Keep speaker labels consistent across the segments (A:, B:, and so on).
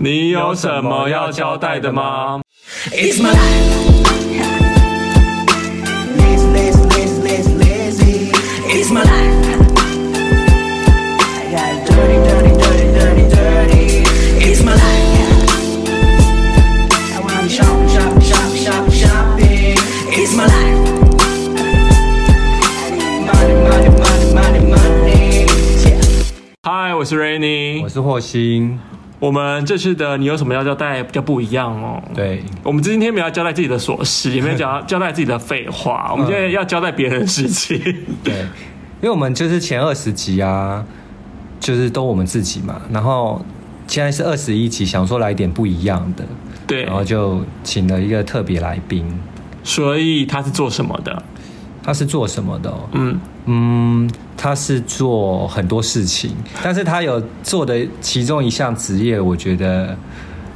A: 你有什么要交代的吗？
B: It's my life. Lazy, lazy, lazy, lazy, lazy. It's my life. I got dirty, dirty, dirty, dirty, dirty. It's my life. I wanna shop, shop, shop, shop, shopping. It's my life. I need Money, money, money, money, money. Yeah.
A: 嗨，我是 Rainy
C: 我。是霍星，
A: 我们这次的你有什么要交代比较不一样哦？，
C: 对，
A: 我们今天没有要交代自己的琐事，也没有交交代自己的废
C: 嗯
A: 话，我们现在要交代别人的事情。
C: 对，因为我们就是前二十集啊，就是都我们自己嘛，然后现在是二十一集，想说来点不一样的，
A: 对
C: 然，后就请了一个特别来宾，
A: 所以他是做什么的？
C: 他是做什么的哦、
A: 嗯，
C: 嗯，他是做很多事情，但是他有做的其中一项职业，我觉得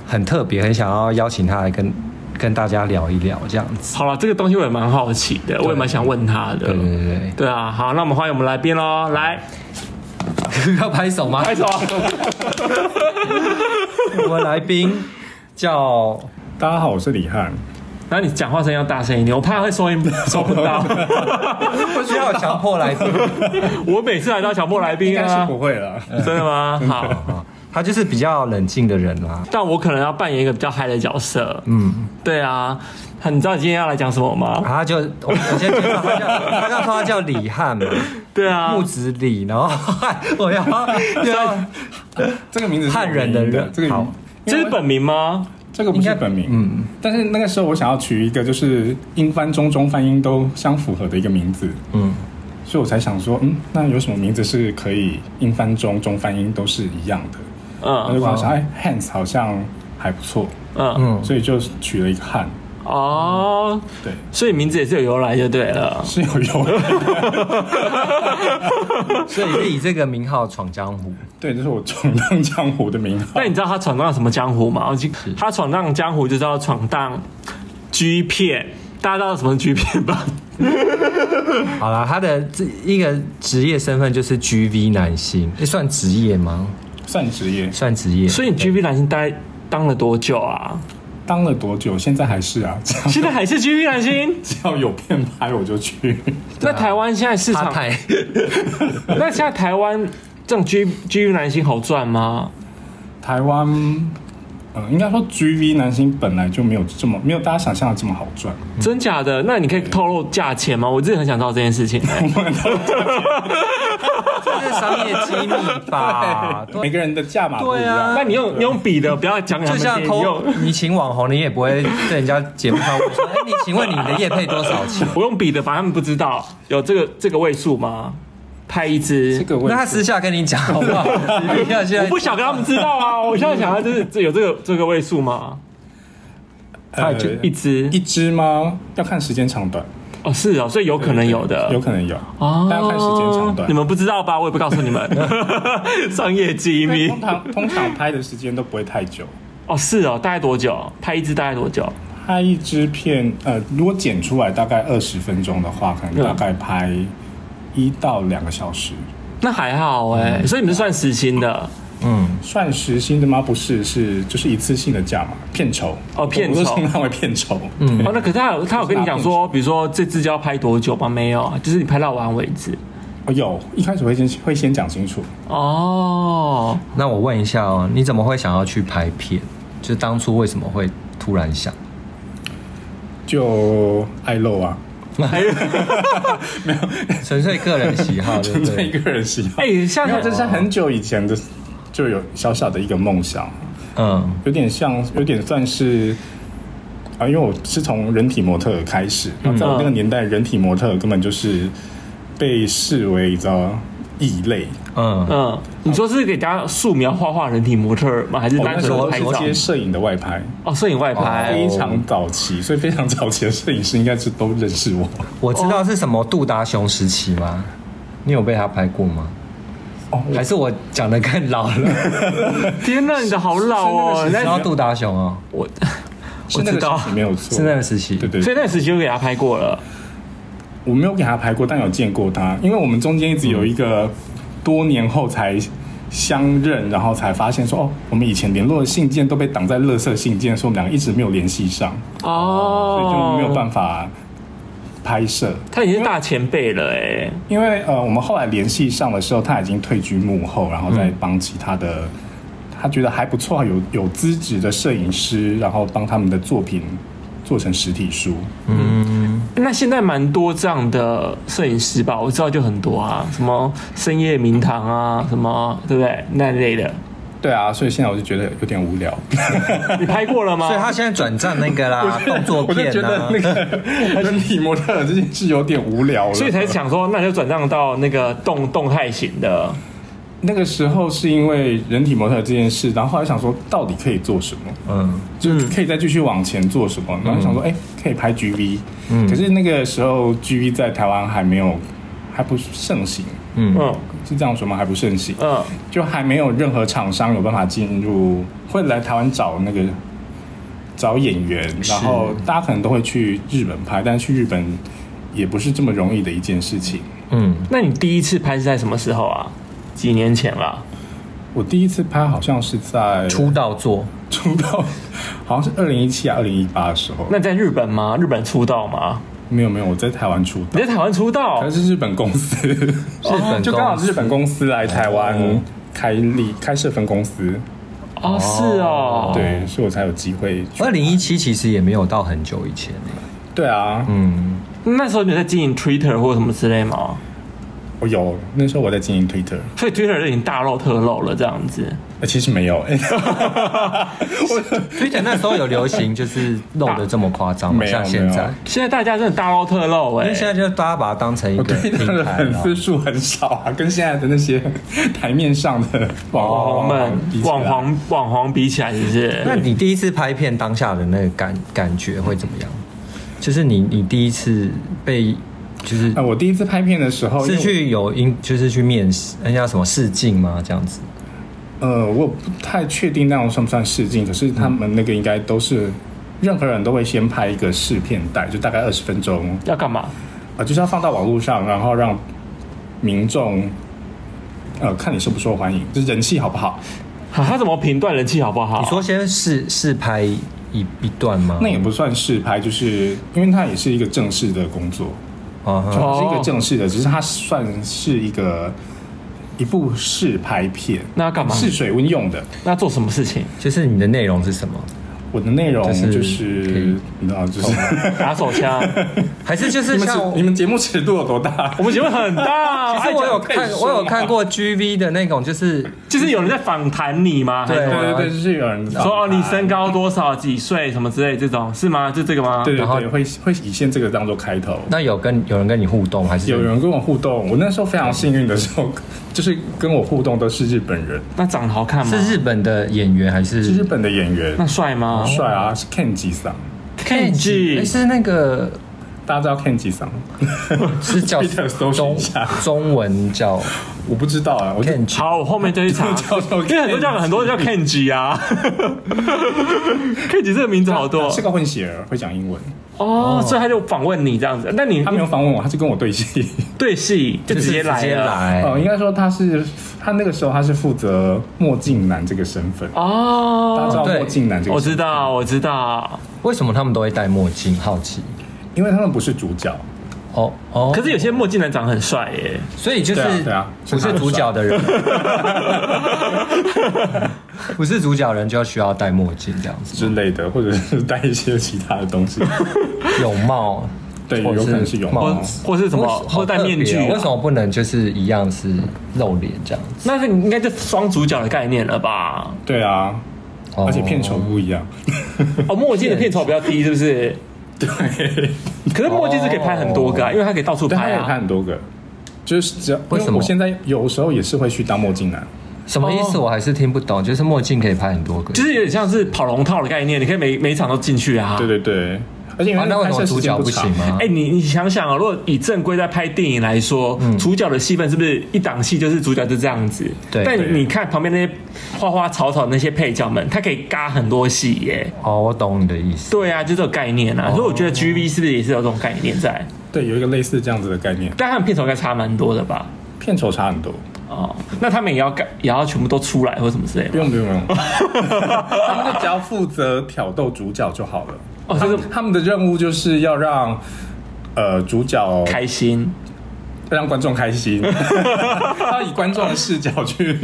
C: 很特别，很想要邀请他来跟跟大家聊一聊这样子。
A: 好了，这个东西我也蛮好奇的，我也蛮想问他的。
C: 对对对
A: 对啊，好，那我们欢迎我们来宾喽，来
C: 对， 要拍手吗？
A: 拍手。
C: 我们来宾叫
D: 大家好，我是李汉。
A: 然后你讲话声音要大声一点，我怕会 收音收不到。
C: 不需要强迫来宾，
A: 我每次来到小莫来宾啊，
D: 会了，
C: 嗯
A: 真的吗？好。
C: 他就是比较冷静的人啦。
A: 但我可能要扮演一个比较嗨的角色。
C: 嗯，啊
A: 对啊，他你知道你今天要来讲什么吗？
C: 他就我我先介绍他叫，他刚说他叫李汉嘛，
A: 对啊
C: 木，子李，然后 我要要
D: 这个名字是
C: 汉人的
D: 有原因
C: 人
D: 这个
C: 好
A: 这是本名吗？
D: 这个不是本名，嗯，但是那个时候我想要取一个就是英翻中中翻英都相符合的一个名字，
C: 嗯，
D: 所以我才想说，嗯，那有什么名字是可以英翻中中翻英都是一样的？我
A: 嗯
D: 就想想，哎，Hans 好像还不错，
A: 嗯
C: 嗯
D: 所以就取了一个汉，
A: 哦，
D: 对，
A: 所以名字也是有由来就对
C: 哦
A: 了。
D: 是有由来 的，
C: 所以是以这个名号闯江湖。
D: 对，这是我闯荡江湖的名号
A: 那。你知道他闯荡了什么江湖吗？我记他闯荡江湖就知道闯荡 G 片，大家知道什么是 G 片 吧？
C: 好啦，他的这一个职业身份就是 GV 男星，这算职业吗？
D: 算职业，
C: 算职业。
A: 所以你 G P 男星待当了多久啊？
D: 当了多久？现在还是啊，只要
A: 现在还是 G P 男 星？
D: 只要有片拍我就去。
A: 那台湾现在市
C: 啊他
A: 场，
C: 拍
A: 那现在台湾这种 G G V 男星好赚吗？
D: 台湾，呃，应该说 GV 男星本来就没有这么没有大家想象的这么好赚，
A: 真假的？那你可以透露价钱吗？我自己很想知道这件事情、欸
C: 这是商业机密 吧？
D: 每
C: 对
D: 个人的价码不一
C: 对
D: 样。呃
C: 啊
A: 那，你用你用笔的，不要讲给他
C: 就
A: 们
C: 像
A: 听。你
C: 抠
A: 用
C: 你请网红，你也不会在人家节目 上问说：“哎，你请问你的业配多少钱？”
A: 我用笔的，反正他们不知道有这个这个位数吗？拍一支
D: 这，个位
C: 那他私下跟你讲好 不好？你不要现在
A: 我不想给他们知道啊！我现在想要就是这有这个这个位数吗？
D: 呃
A: 就一支
D: 一支吗？要看时间长短，
A: 哦，是哦，所以有可能有的，
D: 有可能有
A: 哦，
D: 但要看时间长短。
A: 你们不知道吧？我也不告诉你 们，商业机
D: 因为
A: 密
D: 通常通常拍的时间都不会太久，
A: 哦，是哦，大概多久？拍一支大概多久？
D: 拍一支片，呃，如果剪出来大概二十分钟的话，可能大概拍一到两个小时。
A: 那还好哎、所以你们是算时薪的。
C: 嗯，
D: 算时薪的吗？不是，是就是一次性的价嘛，片酬
A: 哦片酬
D: 我都称它为片酬。嗯，
A: 哦，那可是他有他有跟你讲说，比如说这支就要拍多久吗？没有，啊就是你拍到完为止。
D: 哦，有，一开始会先会先讲清楚，
A: 哦，
C: 那我问一下哦，你怎么会想要去拍片？就当初为什么会突然 想？
D: 就爱露啊，
C: 纯粹个人喜好，对
D: 纯
C: 不
D: 粹一
C: 对？
D: 个人喜 好。
A: 哎、像
D: 没有，这
A: 是
D: 是很久以前的，就有小小的一个梦想，
C: 嗯，
D: 有点像，有点算是啊，因为我是从人体模特儿开始，然后在我那个年代，人体模特儿根本就是被视为你知道异类，
C: 嗯，
A: 嗯，你说是给大家素描画画人体模特儿吗？还是
D: 哦我
A: 单
D: 那时
A: 纯
D: 候
A: 的拍
D: 是
A: 照？
D: 接摄影的外拍。
A: 哦，摄影外拍。
D: 非常早期，所以非常早期的摄影师应该是都认识我。
C: 我知道是什么杜达雄时期吗？你有被他拍过吗？
D: 哦，
C: 还是我讲的更老 了？
A: 天哪，你的好老哦！
C: 你
A: 你
C: 知道
A: 在
C: 杜达雄哦，
A: 我
D: 是
A: 我
D: 那
A: 知
D: 个
A: 道
D: 时，期没有错，
C: 是那个时期。
D: 对对
A: 所以那时期就给他拍过了。
D: 我没有给他拍过，但有见过他，因为我们中间一直有一个多年后才相认，然后才发现说，哦，我们以前联络的信件都被挡在垃圾信件，所以我们两个一直没有联系上，所以就
A: 哦，
D: 没有办法拍摄。
A: 他已经是大前辈了哎，
D: 因为呃，我们后来联系上的时候，他已经退居幕后，然后再帮其他的，他觉得还不错，有有资质的摄影师，然后帮他们的作品做成实体书。
A: 那现在蛮多这样的摄影师吧，我知道就很多啊，什么深夜名堂啊，什么对不对那类的，
D: 对啊，所以现在我就觉得有点无聊，
A: 你拍过了吗？
C: 所以他现在转战那 个啦，动作
D: 我就
C: 片
D: 觉
C: 啊
D: 得，那 个人体模特儿这件事有点无聊了。
A: 所以才想说，那就转账到那个动动态型的，
D: 那个时候是因为人体模特儿这件事，然后后来想说到底可以做什么，
C: 嗯，
D: 就是可以再继续往前做什么。然后想说，哎、可以拍 GV，、可是那个时候 GV 在台湾还没有，还不盛行，
A: 嗯
D: 是这样说吗？还不盛行，
A: 嗯，
D: 就还没有任何厂商有办法进入，会来台湾找那个找演员，然后大家可能都会去日本拍，但是去日本也不是这么容易的一件事情。
C: 嗯
A: 那你第一次拍是在什么时候啊？几年前了，
D: 我第一次拍好像是在
C: 出道作，
D: 出道，好像是二零一七啊二零一八的时候。
A: 那你在日本吗？日本出道吗？
D: 没有没有，我在台湾出道
A: 你，在台湾出道
D: 但？是日本公司，日
C: 本
D: 就
C: 公
D: 刚好
C: 司
D: 日本公司来台湾
C: 哦
D: 开立开设分公司，
A: 哦，是哦，，
D: 对，所以我才有机会去。
C: 二零一七其实也没有到很久以前欸
D: 对啊，
C: 嗯，
A: 那时候你在经营 Twitter 或什么之类吗？
D: 我有那时候我在经营 Twitter，
A: 所以 Twitter 就已经大漏特漏了这样子，
D: 呃其实没有，
C: 所以那时候有流行就是露的这么夸 张吗？
D: 没有
C: 像现
D: 没
C: 在
D: 有，
A: 现在大家真的大漏特漏
C: 因
A: 哎、
C: 为现在就大家把它当成一
D: 我
C: 个
D: 哦 对
C: 品
D: 他的
C: 牌
D: 粉
C: 了
D: 丝。数很少啊，跟现在的那些 台面上的网
A: 网
D: 红啊
A: 红们
D: 比起
A: 哦
D: 来
A: 网，红网红比起来是不
C: 那
A: 是？
C: 你第一次拍片当下的那个感感觉会怎么样？就是你你第一次被就是
D: 呃，我第一次拍片的时候
C: 是
D: 因为
C: 去有应就是去面试，人家什么试镜吗？这样子，
D: 呃，我不太确定那样算不算试镜，可是他们那个应该都是。任何人都会先拍一个试片带，就大概二十分钟，
A: 要干嘛？
D: 啊，就是要放到网络上，然后让民众呃看你受不受欢迎，就是人气好不好？
A: 啊他怎么评断人气好不好？
C: 你说先试试拍一一段吗？
D: 那也不算试拍，就是因为它也是一个正式的工作，
C: 啊哈，
A: 哦
D: 是一个正式的，只是它算是一个一部试拍片，
A: 那要干嘛？
D: 试水温用的。
A: 那做什么事情？
C: 就是你的内容是什么？
D: 我的内容
C: 就是
D: 就
C: 可
D: 是
C: 以
D: 你知道，就是
A: 打手枪。
C: 还是就是
D: 你们
C: 像
D: 尺你们节目尺度有多大
A: 我？们节目很大，啊哎
C: 其实我有看
D: 可以说
C: 我有
D: 嘛
C: 看过 GV 的那种，就是
A: 就是有人在访谈你吗？还
C: 对
A: 是什
D: 对
A: 么
D: 对对，就是有人
A: 说哦你身
D: 高，
A: 高多少，几岁什么之类这种是吗？就这个吗？
D: 对对
C: 然后
D: 对，会会以现这个当做开头。
C: 那有跟有人跟你互动还是
D: 有人跟我互动，我那时候非常幸运的时候，就是跟我互动都是日本人，
A: 那长得好看吗？
C: 是日本的演员还
D: 是日
C: 是
D: 本的演员
A: 那，帅吗？
D: 帅啊，是 Kenji 桑，
A: Kenji
C: 诶哎是那个
D: 大家知道 Kenji 桑？
C: 是 叫
D: Peter 搜寻
C: 中
D: 一下
C: 中文叫
D: 我不知道啊，我就
C: Kenji，
A: 好，我后面再去查，
D: 叫做
A: 因为很多叫
D: Kenji
A: 很多叫 Kenji 啊 ，Kenji 这个名字好多
D: 是个混血儿，会讲英文。
A: 哦，所以他就访问你这样子，那你
D: 他没有访问我，他是跟我对戏。
A: 对戏就直接
C: 就是
A: 来啊
C: 直接
A: 了
C: 来
D: 哦，应该说他是他那个时候他是负责墨镜男这个身份，大家知
A: 哦，
D: 道墨镜男这个，
A: 我知，道，我知道，
C: 为什么他们都会戴墨镜？好奇
D: 因为他们不是主角，
C: 哦哦，
A: 可是有些墨镜男长得很帅耶，
C: 所以就是
D: 对啊对啊
C: 不是主角的人， 不是主角人就要需要戴墨镜这样子，
D: 之类的，或者是带一些其他的 东西。
C: 泳帽
D: 对
C: 或者
D: 有可能是泳帽
A: 或
D: 哦
A: 或是什么，
C: 好
A: 或戴面具
C: 特别
A: 啊
C: 哦，为什么不能就是一样是露脸这样子？
A: 那是应该就双主角的概念了 吧？
D: 对啊，
C: 哦
D: 而且片酬不 一样。
A: 哦，墨镜的片酬比较低，是不 是？
D: 对。
A: 可是墨镜是可以拍很多个、啊，因为它可以到处
D: 哦对，他
A: 拍
D: 也拍
A: 啊。
D: 很多个，就是只要
C: 为什么
D: 因我现在有时候也是会去当墨镜男，
C: 什么意思？
A: 哦
C: 我还是听不懂。就是墨镜可以拍很多个，
A: 就是有点像是跑龙套的概念，你可以每每一场都进去啊。
D: 对对对，而且因
C: 啊，那为
D: 拍
C: 什
D: 摄
C: 么
D: 时
C: 主
D: 间
C: 角不
D: 长
C: 行？吗
A: 哎、？你你想想啊，如果以正规在拍电影来说，
D: 嗯
A: 主角的戏份是不是一档戏就是主角就这样子？
C: 对
A: 但
D: 对
A: 你看旁边那些花花草草的那些配角们，他可以嘎很多戏耶。
C: 哦，我懂你的意思。
A: 对啊，就这种概念
D: 哦
A: 啊。所以我觉得 G V 是不是也是有这种概念在？
D: 对，有一个类似这样子的概念，
A: 但他们片酬应该差蛮多的吧？
D: 片酬差很多，
A: 哦，那他们也要干，也要全部都出来或什么之类
D: 不
A: 的吗。
D: 用不用不 用，他们就只要负责挑逗主角就好了。
A: 哦
D: 他
A: 这个
D: 们他们的任务就是要让呃主角
A: 开心，
D: 让观众 开心，他以观众的视角去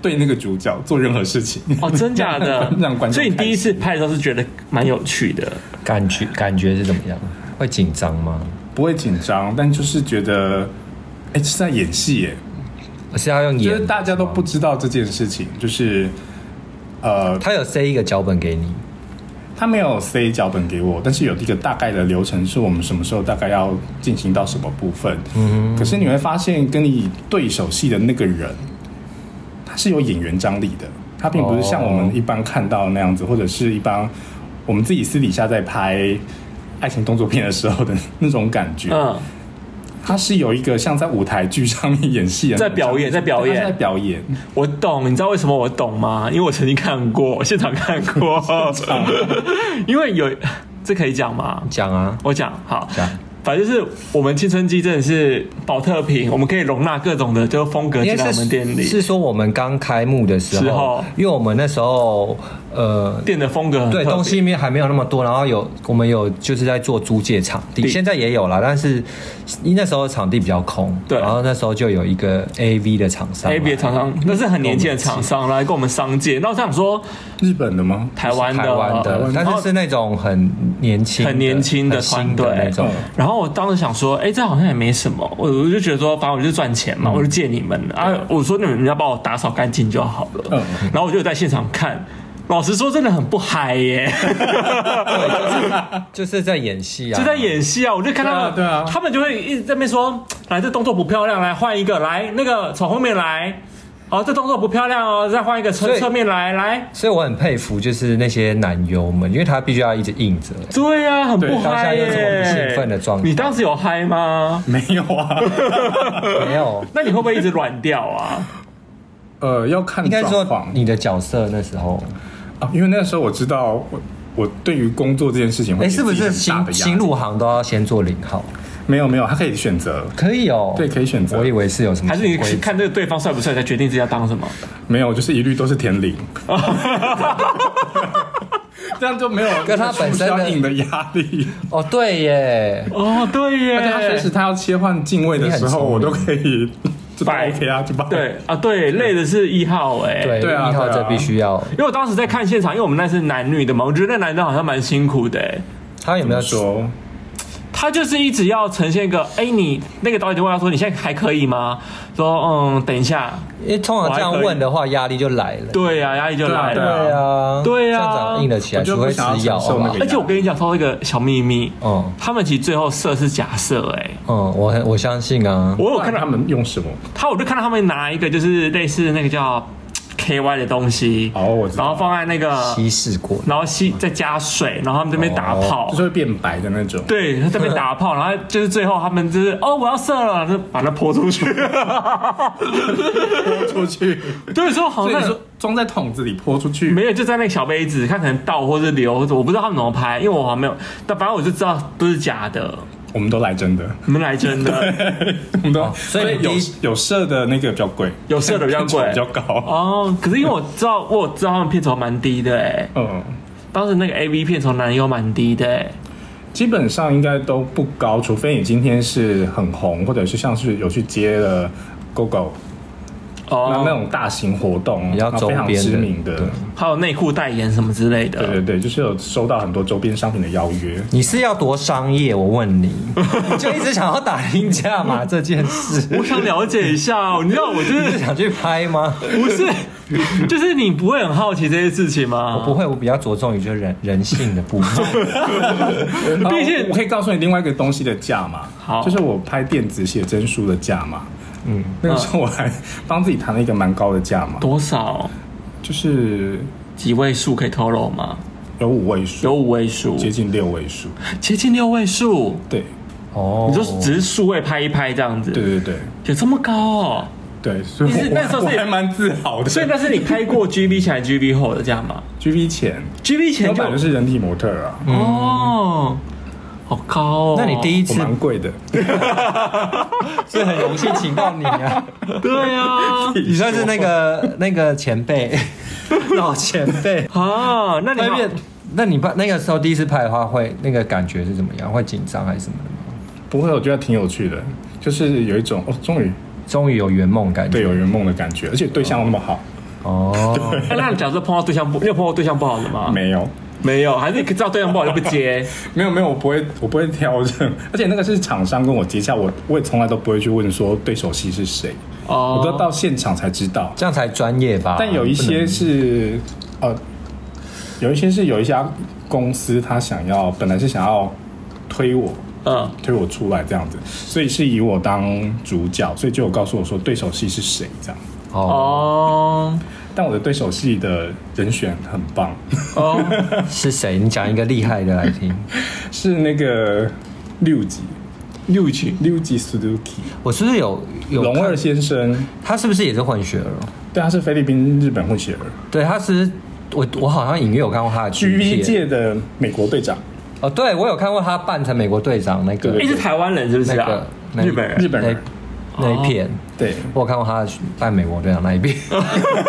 D: 对那个主角做任何事情。
A: 哦，真假 的
D: 让观众
A: 所以你第一次
D: 开
A: 拍的时候是觉得蛮有趣的，
C: 感觉感觉是怎么样？会紧张吗？
D: 不会紧张，但就是觉得，哎、是在演戏耶，
C: 而是要用
D: 就
C: 演
D: 是
C: 的？
D: 大家都不知道这件事情，就是，呃，
C: 哦他有塞一个脚本给你，
D: 他没有 C 脚本给我，但是有一个大概的流程，是我们什么时候大概要进行到什么部分。嗯，可是你会发现，跟你对手戏的那个人，他是有演员张力的，他并不是
A: 哦
D: 像我们一般看到那样子，或者是一般我们自己私底下在拍爱情动作片的时候的那种感觉。
A: 嗯，
D: 他是有一个像在舞台剧上面演戏的那种
A: 在表演在表演
D: 他是在表演。
A: 我懂，你知道为什么我懂吗？因为我曾经看过，现场看 过，因为有这可以讲吗？
C: 讲啊，
A: 我讲好
C: 讲，
A: 反正就是我们青春期真的是保特瓶，我们可以容纳各种的就是风格
C: 应
A: 进到
C: 该
A: 我们店
C: 是
A: 里，
C: 是说我们刚开幕的时
A: 时
C: 候
A: 候，
C: 因为我们那时候呃。
A: 店的风格很
C: 对，
A: 特别
C: 东西里面还没有那么多，然后有我们有就是在做租借场地，
A: 地
C: 现在也有啦，但是那时候场地比较空，
A: 对
C: 然后那时候就有一个 AV 的厂商来
A: A
C: 啊
A: B 厂商，那是很年轻的厂商来跟我们商界。那我想说，
D: 日本的吗？
A: 台湾的，呃
C: 台湾的，
A: 然
C: 但
A: 后
C: 是是那种很年轻的、
A: 很年轻的
C: 很
A: 团
C: 新的那
A: 队嗯
C: 种。。
A: 然后我当时想说，哎、这好像也没什么，我我就觉得说，反正我就赚钱
C: 嗯
A: 嘛，我就借你们的啊。我说你们要帮我打扫干净就好了。
D: 嗯
A: 然后我就有在现场看，老实说真的很不嗨 耶、
C: 就是在演戏啊，
A: 就在演戏啊，我就看他们，
D: 对啊对啊
A: 他们就会一直在那边说，来这动作不漂亮，来换一个，来那个从后面来，哦，这动作不漂亮哦，再换一个
C: 所
A: 侧
C: 以
A: 侧面来来，
C: 所以我很佩服，就是那些男优们，因为他必须要一直硬 着。
A: 对呀、很不
D: 对
C: 当下
A: 嗨
C: 又
A: 耶、
C: 这么不兴奋的状态
A: 你当时有嗨吗？
D: 没有 啊，
C: 没有，
A: 那你会不会一直软掉啊？
D: 呃，要看
C: 应该
D: 状
C: 说
D: 况。
C: 你的角色那时候，哦
D: 啊，因为那时候我知道我我对于工作这件事情会
C: 哎，
D: 给
C: 是不
D: 自己
C: 是
D: 很大的
C: 新
D: 压
C: 新
D: 力
C: 入行都要先做零号？
D: 没有没有，他可以选择，
C: 可以哦，
D: 对，可以选择。
C: 我以为是有什么
A: 还是你
C: 规则
A: 看这个对方帅不帅才决定自己要当什么？
D: 没有，就是一律都是填 零，这样就没有
C: 跟他本身的
D: 相应的压 力。
C: 哦，对耶，
A: 哦，对
D: 而且他随时
A: 耶，
D: 他要切换敬畏的时
C: 你很聪
D: 候，
C: 明
D: 我都可以就
A: 摆
D: OK 啊，就摆
A: 对啊，对，累的是一号哎、
C: 对
D: 对啊
C: 一号
D: 对啊
C: 这必须要。
A: 因为我当时在看现场，因为我们那是男女的嘛，我觉得那男的好像蛮辛苦的、哎
C: 他有没有？
D: 说
A: 他就是一直要呈现一个，哎、你那个导演就问他说，你现在还可以吗？说，嗯，等一下，
C: 因为通常这样问的话，压力就来了。
A: 对呀、压力就来
D: 啊对
A: 了。
C: 对啊，
A: 对啊
C: 这样长硬了起来，
D: 我就
C: 除
D: 不
C: 非吃
D: 想要
C: 药
D: 承受
C: 好不好
D: 那个
A: 而且我跟你讲，说一个小秘密，
C: 嗯
A: 他们其实最后设是假设，哎，
C: 嗯，我很我相信啊，
A: 我
D: 我
A: 有
D: 看
A: 看
D: 到
A: 到
D: 他们用什么，
A: 他，我就看到他们拿一个就是类似那个叫 KY 的东西，
D: 哦我知道
A: 然后放在那个，
C: 稀释过。
A: 然后吸再加水，然后他们这边打泡
D: 就。是会变白的那种。
A: 对，他这边打 泡，然后就是最后他们就是哦，我要射了，就把它泼出 去。
D: 泼出去，
A: 对，所以我好
D: 所以
A: 像
D: 你说装在桶子里泼出去，
A: 哦没有，就在那个小杯子，看可能倒或是流，我不知道他们怎么拍，因为我好像没有，但反正我就知道不是假的，
D: 我们都来真的，
A: 你们来真的。
D: 我们都
C: 哦所以你
D: 有
C: 第一
D: 有色的那个比较贵，
A: 有色的比较 贵
D: 比较高。
A: 哦，可是因为我知道，我有知道他们片酬蛮低的哎、
D: 嗯，
A: 当时那个 A V 片酬男优蛮低的哎、
D: 基本上应该都不高，除非你今天是很红，或者是像是有去接了 GoGo 那、那
A: 哦，
D: 种大型活动，
C: 比较
D: 然后非常
C: 周边的
D: 知名的
C: 对。
A: 还有内裤代言什么之类
D: 对
A: 的
D: 对。对，就是有收到很多周边商品的邀约。
C: 你是要多商业？我问 你，你就一直想要打听价嘛这件事
A: 我，想了解一下哦，你知道我就是是
C: 想去拍吗？
A: 不是， 就是你不会很好奇这些事情吗？
C: 不会，我比较着重于就是人人性的部 分。
A: 毕竟
D: 啊我我可以告诉你另外一个东西的价嘛，
A: 好
D: 就是我拍电子写真书的价嘛。嗯，那个时候我还帮自己谈了一个蛮高的价嘛，
A: 多少
D: 就是
A: 几位数可以透露吗？
D: 有五位数，
A: 有五位数，
D: 接近六位数。
A: 接近六位数。
D: 对，
C: 哦，
A: 你就只是数位拍一拍这样子，
D: 对对对
A: 有这么高哦？
D: 对，所以
A: 你
D: 我
A: 是那时候是
D: 我还蛮自豪的。
A: 所以那是你拍过 GB 前还是 GB 后的这样吗
D: G V 钱，
A: ？GB 前
D: 老
A: 就
D: 板就是人体模特儿啊，
A: 哦，好高哦。
C: 那你第 一
D: 我
C: 次，
D: 蛮贵的，
C: 所以很荣幸请到你 啊，
A: 对啊
C: 你算是那个那个前辈，老前辈。
A: 啊，那你
C: 那
A: 好
C: 边，那你拍那个时候第一次拍的话，会那个感觉是怎么样？会紧张还是什么的吗？
D: 不会，我觉得挺有趣的，就是有一种哦，终于
C: 终于有圆梦感觉。
D: 对有圆梦的感觉，而且对象那么好，
C: 嗯哦，
A: 哎那你假设碰到对象不，你有碰到对象不好的
C: 嗯
A: 吗？
D: 没有。
A: 没有，还是知道对象不好就不 接。
D: 没有没有，我不会，我不会挑人，而且那个是厂商跟我接洽，我我也从来都不会去问说对手戏是谁，
A: 哦
D: 我都到现场才知道。
C: 这样才专业吧。
D: 但有一些是呃，有一些是有一家公司他想要本来是想要推我
A: 嗯，
D: 推我出来这样子，所以是以我当主角，所以就有告诉我说对手戏是谁这样。
C: 不能哦，
A: 哦
D: 但我的对手戏的人选很棒，
A: 哦，
C: 是谁？你讲一个厉害的来 听。
D: 是那个六级
A: 六级
D: 六级 Suzuki
C: 我是不是有有
D: 龙
C: 看
D: 二先生。
C: 他是不是也是混血儿哦？
D: 对，他是菲律宾日本混血儿，
C: 对，他是我我好像隐约有看过他的
D: G
C: 剧
D: V 界的美国队长，
C: 哦，对我有看过他扮成美国队长那个
D: 对
A: 哎，是台湾人是不是
C: 那
A: 啊
C: 个？那
A: 日本人哦
D: 日本人
C: 那那一片。
D: 对，
C: 我有看过他扮美国队长那一片，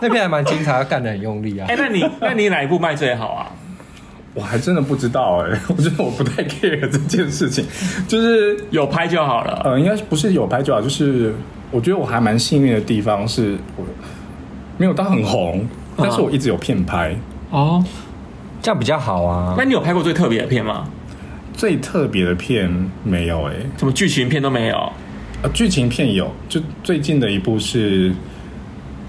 C: 那片还蛮精彩，他干得很用力啊
A: 哎、。那你 那你哪一部卖最好啊？
D: 我还真的不知道哎、我觉得我不太 care 这件事情，就是
A: 有拍就好了。
D: 呃，应该是不是有拍就好，就是我觉得我还蛮幸运的地方是我没有到很红，
C: 嗯
D: 但是我一直有片拍。
A: 哦，
C: 这样比较好啊
A: 那。你有拍过最特别的片吗？
D: 最特别的片没有哎、
A: 什么剧情片都没有？
D: 呃，剧情片有，就最近的一部是，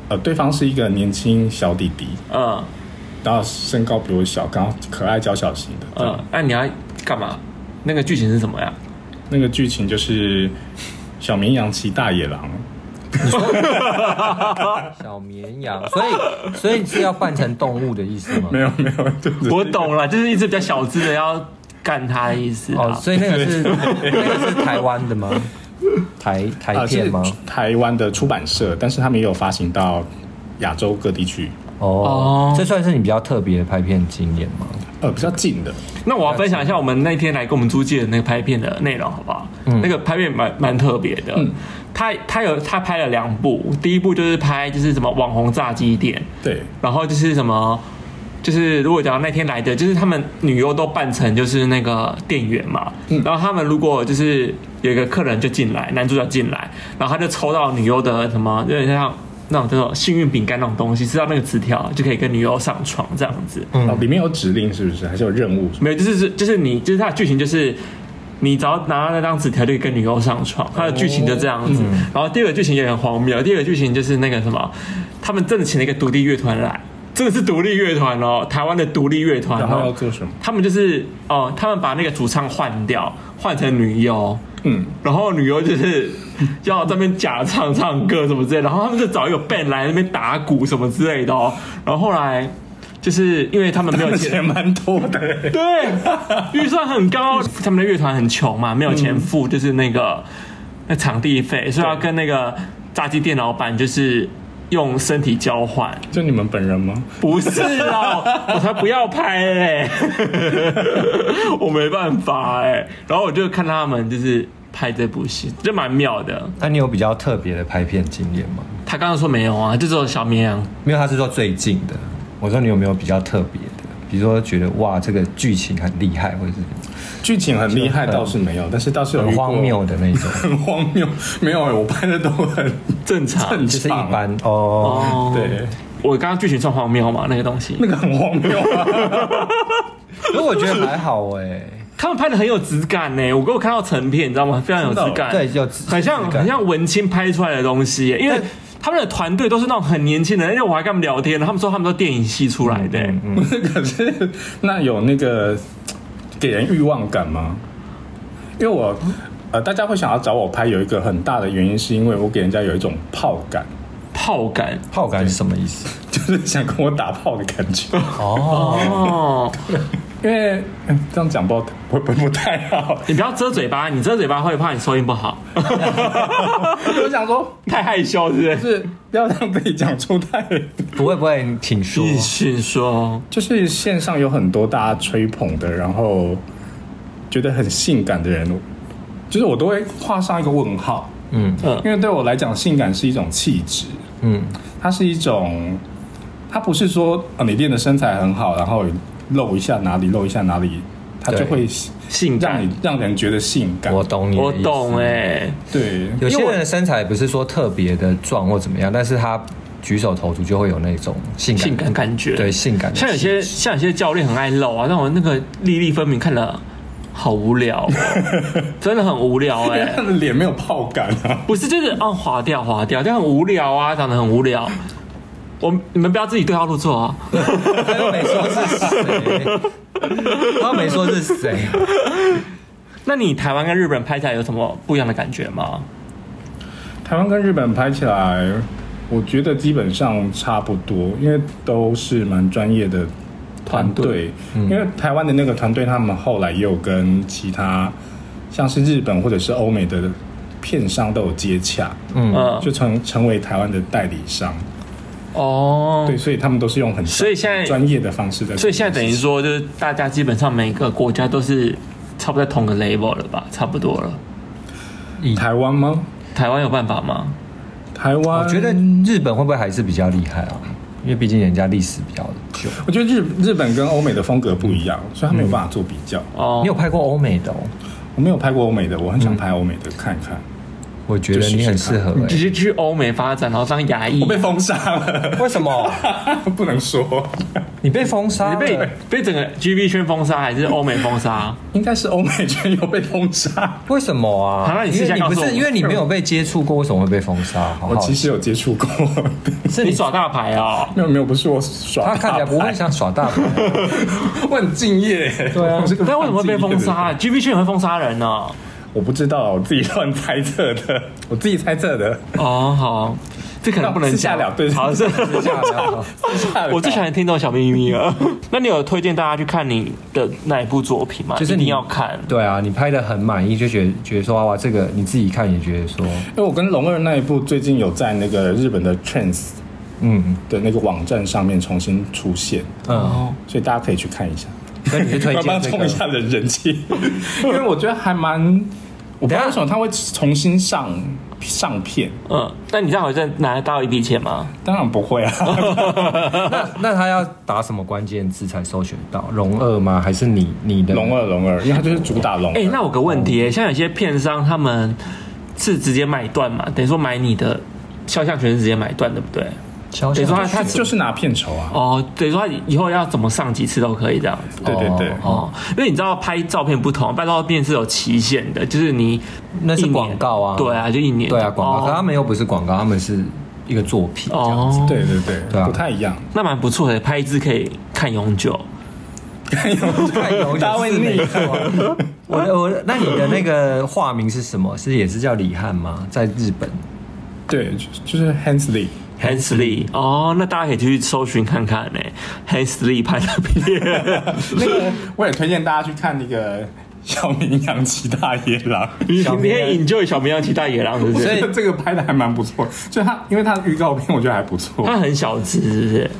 D: 呃，对方是一个年轻小弟弟，
A: 嗯
D: 然后身高比我小，刚好可爱娇小型的，嗯，
A: 嗯，那、你要干嘛？那个剧情是什么呀？
D: 那个剧情就是小绵羊骑大野狼，
C: 小绵羊，所以所以是要扮成动物的意思吗？
D: 没有没有，就是
A: 我懂了，就是一只比较小只的要干他的意思啊。
C: 哦，所以那个是 那个是台湾的吗？台台
D: 呃
C: 片
D: 是
A: 啊
C: 吗？
D: 台湾的出版社，但是他们也有发行到亚洲各地区，
C: 哦
A: 哦，
C: 这算是你比较特别的拍片经验吗？
D: 呃，比较近的，
A: 那我要分享一下我们那天来跟我们租借的那个拍片的内容，好不好？那个拍片蛮蛮特别的。他他有他拍了两部，第一部就是拍就是什么网红炸鸡店，
D: 对，
A: 然后就是什么，就是如果讲那天来的，就是他们女优都扮成就是那个店员嘛，然后他们如果就是有一个客人就进来，男主角进来，然后他就抽到女优的什么，有点像。那种这种幸运饼干那种东西，知道那个纸条就可以跟女优上床这样子。
D: 嗯、里面有指令是不是？还是有任务？
A: 没有，就是就是你就是它的剧情就是。你只要拿到那张纸条，就可以跟女优上床。它的剧情就这样
D: 哦
A: 子。
D: 嗯
A: 然后第二个剧情也很荒谬，第二个剧情就是那个什么，他们真的请了一个独立乐团来，真的是独立乐团哦，台湾的独立乐团、哦。
D: 然后要做什么？
A: 他们就是哦、他们把那个主唱换掉，换成女优。
D: 嗯，
A: 然后女优就是 要在那边假唱唱歌什么之类的，然后他们就找一个 band 来那边打鼓什么之类的哦。然后后来就是因为他们没有
C: 嗯
A: 钱，
D: 钱蛮多的，
A: 对，预算很高，嗯他们的乐团很穷嘛，没有钱付就是那个那场地费，所以要跟那个炸鸡店老板就是用身体交换。
D: 就你们本人吗？
A: 不是 哦，我才不要拍嘞，我没办法哎。然后我就看他们就是拍这部戏，就蛮妙的。
C: 那你有比较特别的拍片经验吗？
A: 他刚刚说没有啊，就只有小绵羊。
C: 没有，他是说最近的。我说你有没有比较特别的？比如说觉得哇，这个剧情很厉害，或者是
D: 剧情很厉害
C: 就很
D: 倒是没有，但是倒是有
C: 很荒谬
D: 的，
C: 的那 种，
D: 很荒谬，没有、我拍的都很
A: 正常
D: 正常，
C: 啊就是一般
A: 哦，
C: 哦。
D: 对，
A: 我刚刚剧情算荒谬嘛，那个东西，
D: 那个很荒 谬啊。
C: 可是我觉得还好哎、
A: 他们拍的很有质感呢。我给我看到成片，你知道吗？非常有质感，
C: 哦对，有
A: 很像很像文青拍出来的东西耶，因为他们的团队都是那种很年轻的人，因为我还跟他们聊天，他们说他们都电影系出来的耶。
D: 可是那有那个给人欲望感吗？因为我呃，大家会想要找我拍，有一个很大的原因是因为我给人家有一种炮感，
A: 炮感
C: 炮感是什么意思？
D: 就是想跟我打炮的感觉。
C: 哦，
A: 哦，
D: 因为嗯这样讲不好不不不太好。
A: 你不要遮嘴巴，你遮嘴巴会怕你收音不好，
D: 我想说，
A: 太害羞是不是？
D: 就是要让自己讲出太，
C: 不会不会，请说。
A: 继续说，
D: 就是线上有很多大家吹捧的，然后觉得很性感的人，就是我都会画上一个问号，
C: 嗯
A: 嗯
D: 因为对我来讲，性感是一种气质，
C: 嗯
D: 它是一种，它不是说啊你练的身材很好，然后露一下哪里露一下哪里，它就
C: 对
D: 会
A: 性
D: 让
A: 感
D: 你，让人觉得性感。
C: 我懂你的
A: 我
C: 意思
A: 懂哎、
D: 对，
C: 有些
D: 因为
C: 人的身材不是说特别的壮或怎么样，但是他举手投足就会有那种性感
A: 性感感觉
C: 对性感的
A: 像有些
C: 气质
A: 像有些教练很爱露啊，但我那个粒粒分明看了好无聊、 哦，真的很无聊哎、
D: 因为他的脸没有泡感啊。
A: 不是就是啊划掉划掉，但很无聊啊，长得很无聊。我你们不要自己对号入座啊！
C: 他又没说是 谁，他又没说是谁，
A: 那你台湾跟日本拍起来有什么不一样的感觉吗？
D: 台湾跟日本拍起来，我觉得基本上差不多，因为都是蛮专业的团
A: 团队嗯
D: 队。因为台湾的那个团队，他们后来也有跟其他像是日本或者是欧美的片商都有接洽，
C: 嗯，
A: 嗯，
D: 就成成为台湾的代理商。
A: 哦，
D: 对，所以他们都是用很
A: 所以现在
D: 专业的方式在做这件事情。
A: 所以现在等于说，就是大家基本上每个国家都是差不多在同个 level 了吧，差不多了。
D: 台湾吗？
A: 台湾有办法吗？
D: 台湾，
C: 我觉得日本会不会还是比较厉害啊？因为毕竟人家历史比较久。
D: 我觉得日日本跟欧美的风格不一样，所以他没有
A: 嗯
D: 办法做比较。
A: 哦，
C: 你有拍过欧美的哦？
D: 我没有拍过欧美的，我很
A: 嗯
D: 想拍欧美的看一看。
C: 我觉得你很适合、
A: 只
C: 欸。
A: 是去欧美发展，然后当牙医
D: 我，被封杀了，
C: 为什么？
D: 不能说，
C: 你被封杀
A: 你被
C: 了？
A: 被整个 GB 圈封杀，还是欧美封 杀？
D: 应该是欧美圈有被封杀。
C: 为什么啊？
A: 好那你
C: 因
A: 私
C: 为
A: 下
C: 你
A: 告
C: 不
A: 诉我
C: 是因为你没有被接触过，为什么会被封杀？好好
D: 我其实有接触过，
A: 是你耍大牌哦。
D: 没有没有，不是我
C: 他
D: 耍
C: 看起来不
D: 大
C: 会
D: 牌，
C: 像耍大 牌，
D: 我很敬业。
C: 对啊
D: 我是个
A: 但为什么会被封
D: 很敬业的
A: 杀
D: 人？
A: ？GB 圈也会封杀人呢、哦？
D: 我不知道，我自己乱猜测的， 我自己猜测 的。
A: 好，这可能不能
D: 哦私下
A: 讲
D: 聊对
A: 好是。
C: 私下聊
A: 我最喜欢听这种小秘密了。 那你有推荐大家去看你的哪一部作品吗？
C: 就是
A: 一
C: 你
A: 定要看。
C: 对啊，你拍的很满意，就觉得觉得说哇，这个你自己看也觉得说，
D: 因为我跟龙二那一部最近有在那个日本的 Trans
C: 嗯
D: 的那个网站上面重新出现，
C: 嗯，
D: 所以大家可以去看一下，
C: 所以你是推
D: 慢
C: 荐
D: 慢
C: 这
D: 冲一
C: 个。
D: 下的人气， 因为我觉得还蛮，我不知道为什么他会重新上上片，
A: 嗯，那你这样好像拿得到一笔钱吗？
D: 当然不会啊，
C: 那那他要打什么关键字才搜寻到龙二吗？还是你你的
D: 龙二龙二，因为他就是主打龙二。
A: 哎、那我有个问题、像有些片商他们是直接买断嘛，等于说买你的肖像权是直接买断，对不对？
C: 肖
A: 等于
C: 像
A: 说他他
D: 就是拿片酬啊，
A: 哦，等于说他以后要怎么上几次都可以这样子。
D: 对对对，
A: 哦，因为你知道拍照片不同，拍照片是有期限的，就是你
C: 那
A: 一
C: 是
A: 年
C: 广告啊，
A: 对啊，就一年，
C: 对啊，广告，可他
A: 哦
C: 们又不是广告，他们是一个作品这样子。
A: 哦，，
D: 对对对，
C: 对啊
D: 不太一样，
A: 那蛮不错的，拍一支可以看永久。
C: 太有
D: 大卫
C: 没
D: 腻
C: 错。我我那你的那个化名是什么？是也是叫李汉吗？在日本，
D: 对，就就是 Hensley。
A: Hensley 哦，那大家可以去搜寻看看呢、Hensley 拍的片，
D: 那个我也推荐大家去看那个《小绵羊骑大野狼》，
A: 你
C: 小啊
A: 你
C: 绵
A: 可
C: 羊
A: 以引救小绵羊骑大野狼，是不
D: 所
A: 是？
D: 以这个拍的还蛮不错。就它，因为它的预告片我觉得还不错，
A: 它很小只，是不是？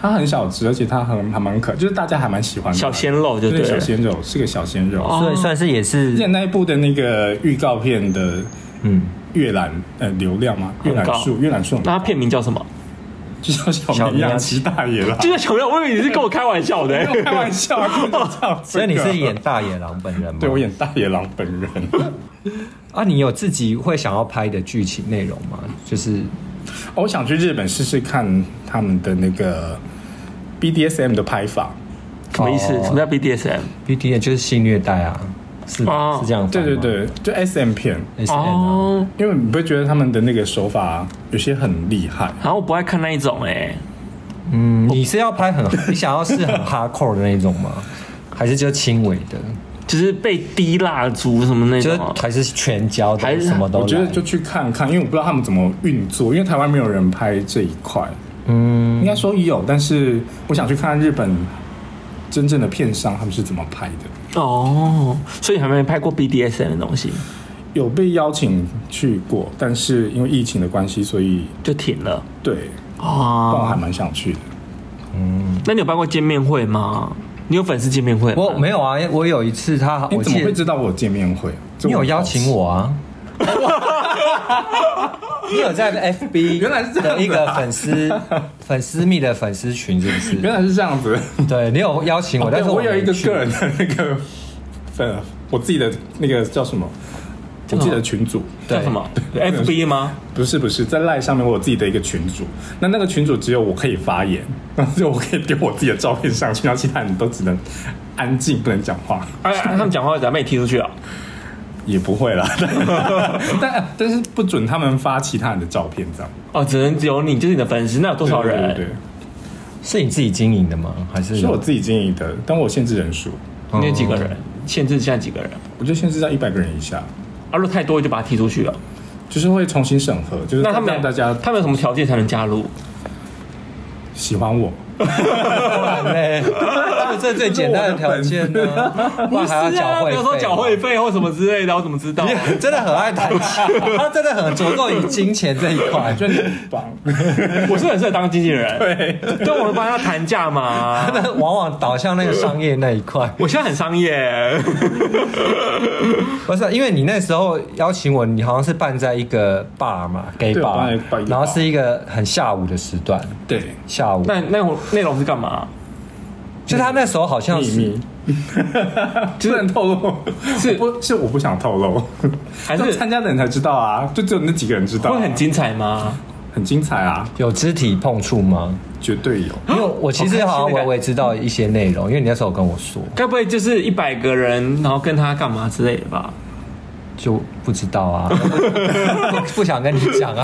D: 它很小只，而且它很还蛮可，就是大家还蛮喜欢的
A: 小鲜肉就
D: 对
A: 对
D: 小
A: 了。
D: 鲜肉是个小鲜肉。
A: 哦
C: 所以算是也是
D: 之前那一部的那个预告片的
C: 嗯，
D: 阅览呃流量嘛，阅览数
A: 很
D: 阅览数很
A: 那它
D: 高，
A: 片名叫什么？
D: 就像小绵羊骑大野狼
A: 就。叫小绵羊，我以为你是跟我开玩笑的、
D: 没有开玩笑啊，根本就这样
C: 所以你是演大野狼本人吗？
D: 对我演大野狼本人，哦
C: 啊，你有自己会想要拍的剧情内容吗？就是
D: 我想去日本试试看他们的那个 BDSM 的拍法。
A: 什么意思？
C: 哦
A: 什么叫 BDSM？
C: BDN 就是性虐待啊，是
A: 哦
C: 是这样翻
D: 对
C: 吗
D: 对对，就 SM 片，
C: ，S N 啊，
A: 哦，
D: 因为你不会觉得他们的那个手法有些很厉害。
A: 然后我不爱看那一种哎、
C: 嗯，你是要拍很你想要是很 hardcore 的那一种吗？ 还是就轻微的，
A: 就是被滴蜡烛什么那
C: 就是
A: 种啊。
C: 还是全焦
A: 还
C: 的，
A: 是
C: 什么都来
D: 我觉得就去看看，因为我不知道他们怎么运作，因为台湾没有人拍这一块。
C: 嗯
D: 应该说有，但是我想去看看日本真正的片商他们是怎么拍的。
A: 哦，所以还没拍过 BDSM 的东西，
D: 有被邀请去过，但是因为疫情的关系，所以
A: 就停了
D: 对，
A: 啊
C: 哦
D: 但我还蛮想去的。
A: 那你有办过见面会吗？你有粉丝见面会吗？
C: 我没有啊，我有一次他，
D: 你
C: 我
D: 怎么
C: 记
D: 会
C: 得
D: 知道我见面会？这
C: 你有
D: 很
C: 邀
D: 好
C: 请
D: 奇？
C: 我啊。 你有在 FB
D: 原来是这样子啊
C: 的一个粉 丝粉丝密的粉丝群是不
D: 原
C: 是？
D: 来是这样子。
C: 对你有邀请我，但是
D: 对我有
C: 没
D: 一个
C: 去
D: 个人的那个粉，我自己的那个叫什么？我自己的群组
A: 叫什么 FB 吗？
D: 不是不是，在赖上面我有自己的一个群组，那那个群组只有我可以发言， 然后就我可以丢我自己的照片上去，然后其他人都只能安静不能讲话，
A: 哎，他们讲话咱被踢出去啊！
D: 也不会啦。 但但是不准他们发其他人的照片，这样
A: 哦，只能只有你，就是你的粉丝，那有多
D: 多
A: 少人？
D: 对对
C: 是你自己经营的吗？还是
D: 对，是我自己经营的，但我限制人数，
A: 你有几个人？限制现在几个人？
D: 我就限制在一百个人以下，
A: 啊，如果太多就把他踢出去了。
D: 就是会重新审核，就是
A: 那他
D: 让
A: 们
D: 大家
A: 他们有什么条件才能加入？
D: 喜欢我。
C: 啊 对，就这最简单的条件呢，不然还要缴
A: 不是
C: 会
A: 啊比如说
C: 费
A: 缴会费或什么之类的，我怎么知道？
C: 你真的很爱谈钱， 他真的很着重于金钱这一块，
D: 就你 很棒，
A: 我是很适合当经纪人， 对，但我们帮他谈价嘛。
C: 往往导向那个商业那一块。
A: 我现在很商 业，
C: 不是，啊因为你那时候邀请我，你好像是办在一个 bar 嘛，gay
D: 对我办在
C: bar，
D: 一个 bar
C: 然后是一个很下午的时段，
D: 对，
C: 下午。
A: 那那我内容是干嘛？
C: 就他那时候好像
D: 秘
C: 是
D: 密，不能透露，
A: 是
D: 我不是我不想透露，
A: 还是
D: 要参加的人才知道啊，就只有那几个人知道、
A: 会很精彩吗？
D: 很精彩啊，
C: 有肢体碰触吗？
D: 绝对有。
C: 因为我其实好像微微知道一些内容，因为你那时候有跟我说，
A: 该不会就是一百个人，然后跟他干嘛之类的吧？
C: 就不知道 啊，不不想跟你讲啊。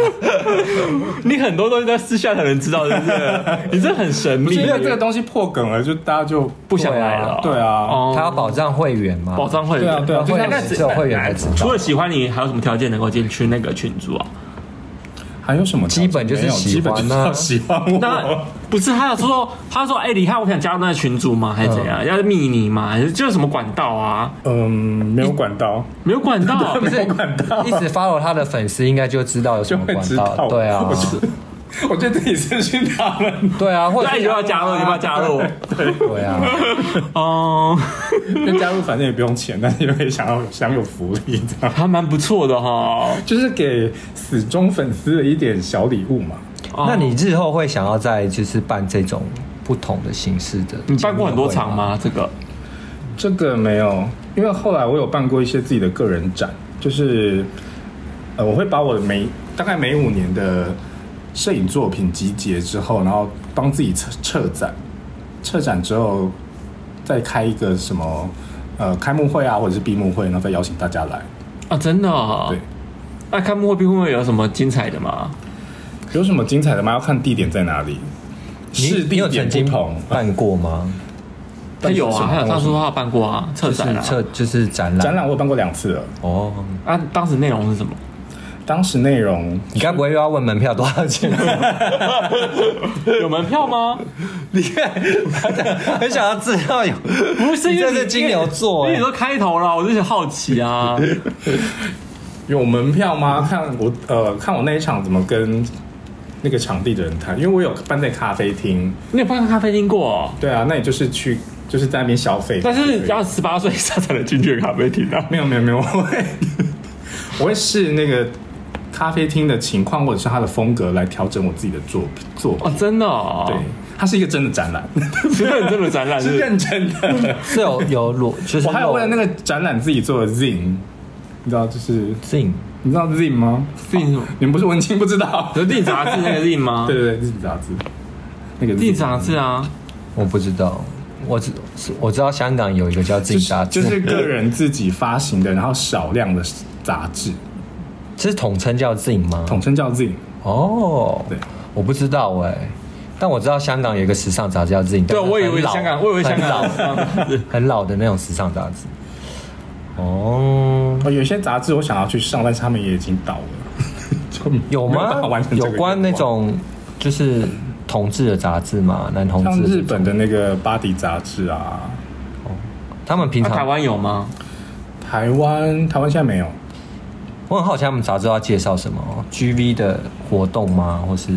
A: 你很多东西在私下才能知道，是不是？你这很神
D: 不
A: 秘
D: 是，因为这个东西破梗了，就大家就
A: 不想来了。
D: 对啊
A: 哦
C: 他要保障会员嘛，
A: 保障会
D: 对啊
A: 员，
D: 对啊，就
C: 会
D: 像
C: 员只有会员才知道
A: 除。了喜欢你，还有什么条件能够进去那个群组啊？
D: 还有什么条件
C: 基本就是
D: 没有
C: 喜欢啊
D: 基本就是要喜欢
A: 那
D: 我。
A: 不是他有说，他说哎、你看我想加入那个群组吗？还是怎样？要密你吗？还是就是什么管道啊？
D: 嗯，没有管道，
A: 没有管 道，
C: 不是
D: 管道
C: 一直 follow 他的粉丝，应该就知道有什
D: 就
C: 么
D: 会
C: 管
D: 知道。
C: 道。对啊
D: 我，就我就自己私讯他 们，
C: 对啊，或者
A: 那你就要加入，你要不要加入？
C: 对啊，
A: 哦，
D: 就加入反正也不用钱，但是也会想要享有福利这样，
A: 还蛮不错的哈。
D: 就是给死忠粉丝的一点小礼物嘛。
A: 哦
C: 那你日后会想要再就是办这种不同的形式的？
A: 你办过很多场？吗？这个
D: 这个没有，因为后来我有办过一些自己的个人展，就是呃，我会把我每大概每五年的摄影作品集结之后，然后帮自己策策展，策展之后再开一个什么呃开幕会啊，或者是闭幕会，然后再邀请大家来。
A: 啊，真的、哦。
D: 对，
A: 那开幕会并会有什么精彩的吗？
D: 有什么精彩的吗？要看地点在哪里，
C: 你
D: 是
C: 你
D: 地
C: 有
D: 点
C: 曾经
D: 不同。
C: 办过吗？
A: 他有啊，他有他说他有办过啊，策
C: 就是
A: 展啊。
C: 策就是展览
D: 展览我有办过两次了，
C: 哦。
A: 啊，当时内容是什 么？
D: 当时内容
C: 你该不会又要问门票多少钱？
A: 有门票吗？
C: 你看，很想要知道有
A: 不是，
C: 你
A: 因为
C: 这是金牛座
A: 因为你
C: 欸
A: 都开头了，我就是好奇 啊。
D: 有门票吗？看我呃，看我那一场怎么跟那个场地的人谈，因为我有办在咖啡厅，
A: 你有办咖啡厅过？
D: 对啊，那你就是去就是在那边消费，
A: 但是
D: 对
A: 要十八岁以上才能进去的咖啡厅啊。
D: 没有没有没有，我会 我会视那个咖啡厅的情况或者是它的风格来调整我自己的作品作 品，
A: 哦，真的哦，
D: 对，它是一个真的展 览，
A: 是认真的展览，
D: 是
A: 是
D: 认真 的，哦
C: 是有有裸，就是
D: 我还有为了那
C: 个
D: 个展览自己做的 zine，你知道就是你知道 zine 吗？
A: 定什么？
D: 哦你们不是文青不知 道，
A: 有定杂志那个定吗？
D: 对，对对，zine 杂志，那个
A: 定
D: zine
A: 杂志啊。
C: 我不知道，我只我知道香港有一个叫自
D: 就
C: 己杂
D: 是
C: 志，
D: 就是个人自己发行的，然后少量的杂志，
C: 这是统称叫 Zing 吗？
D: 统称叫 z i n
C: 哦，
D: 对，
C: 我不知道哎、但我知道香港有一个时尚杂志叫 Zing，
A: 对，啊
C: 但是
A: 我以为
C: 很老
A: 香港，我以为香港嗯
C: 很 老很老的那种时尚杂志。哦，
D: 哦，有些杂志我想要去上，但是他们也已经倒了， 就
C: 有
D: 没办
C: 吗
D: 法完？成这
C: 有
D: 个
C: 关那
D: 愿望
C: 种就是同志的杂志嘛，男同
D: 像
C: 志
D: 日
C: 的，
D: 本的那个巴迪杂志啊，
C: 他们平
A: 啊那台
C: 常
A: 湾有吗？
D: 台湾台湾现在没有，
C: 我很好奇他们杂志要介绍什么 GV 的活动吗，或是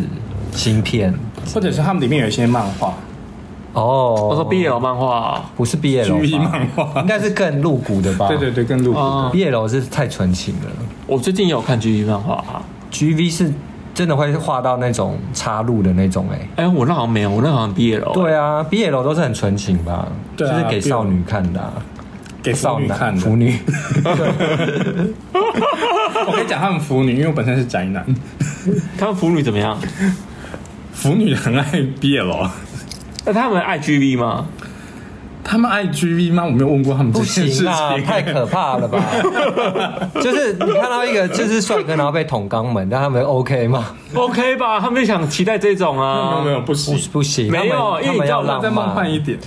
C: 芯片？
D: 或者是他们里面有一些漫画，
C: 哦，
A: 我说 BL 漫画
C: 不是 BL 吧
D: GV 漫画
C: 应该是更露骨的吧？
D: 对对对，跟露骨。
A: 哦，
C: ，BL 是太纯情了
A: 我最近也有看 G V 漫画啊。
C: ，GV 是真的会画到那种插入的那种哎、
A: 哎，我那好像没有，我那好像 BL。
C: 对啊，BL 都是很纯情吧？
D: 对啊
C: 就是给少女看的、啊，
D: 给
C: 少
D: 少女
C: 男
D: 看的。
C: 腐女。
D: 我可以讲他们腐女，因为我本身是宅男。
A: 他们腐女怎么样？
D: 腐女很爱 BL，
A: 那他们爱 G V 吗？
D: 他们爱 GV 吗？我没有问过他们这
C: 不
D: 件事
C: 行啊，
D: 情。
C: 太可怕了吧！就是你看到一个就是帅哥，然后被捅肛门，但他们 OK 吗？
A: OK 吧，他们就想期待这种
D: 没
A: 啊。
D: 有没有，不
C: 不
D: 行。
C: 不行，
A: 没有
C: 他
A: 因为你
C: 们
A: 知道
C: 要
A: 我
C: 浪
D: 再梦幻一
C: 漫，
D: 点，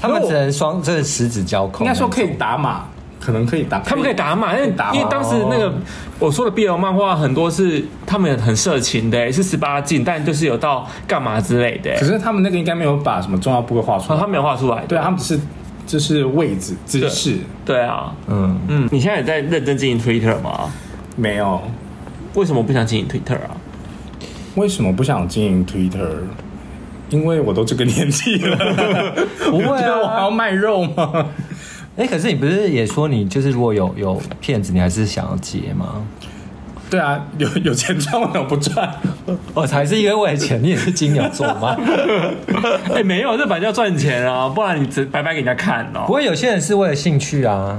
C: 他们只能双这十指交扣。
D: 应该说可以打码，可能可以打。
A: 他们可以打哦码，因为
D: 打码
A: 因为当时那个我说的 BL 漫画很多是他们很色情的、是十八禁，但就是有到干嘛之类的、
D: 可是他们那个应该没有把什么重要部位画出
A: 然
D: 来。
A: 后他没有画出来。
D: 对啊，他们只是就是位置姿势
A: 对啊，
C: 嗯，
A: 嗯，你现在也在认真经营 Twitter 吗？
D: 没有。
A: 为什么不想经营 Twitter 啊？
D: 为什么不想经营 Twitter？因为我都这个年纪了，
C: 不 会啊
D: 我觉得我还要卖肉吗？
C: 哎，可是你不是也说你就是如果有有骗子，你还是想要接吗？
D: 对啊，有有钱赚为什么不赚？
C: 我才是因为为了钱，你也是金牛座吗？
A: 哎、没有，这本来就要赚钱啊，不然你只白白给人家看
C: 不
A: 哦。
C: 过有些人是为了兴趣啊，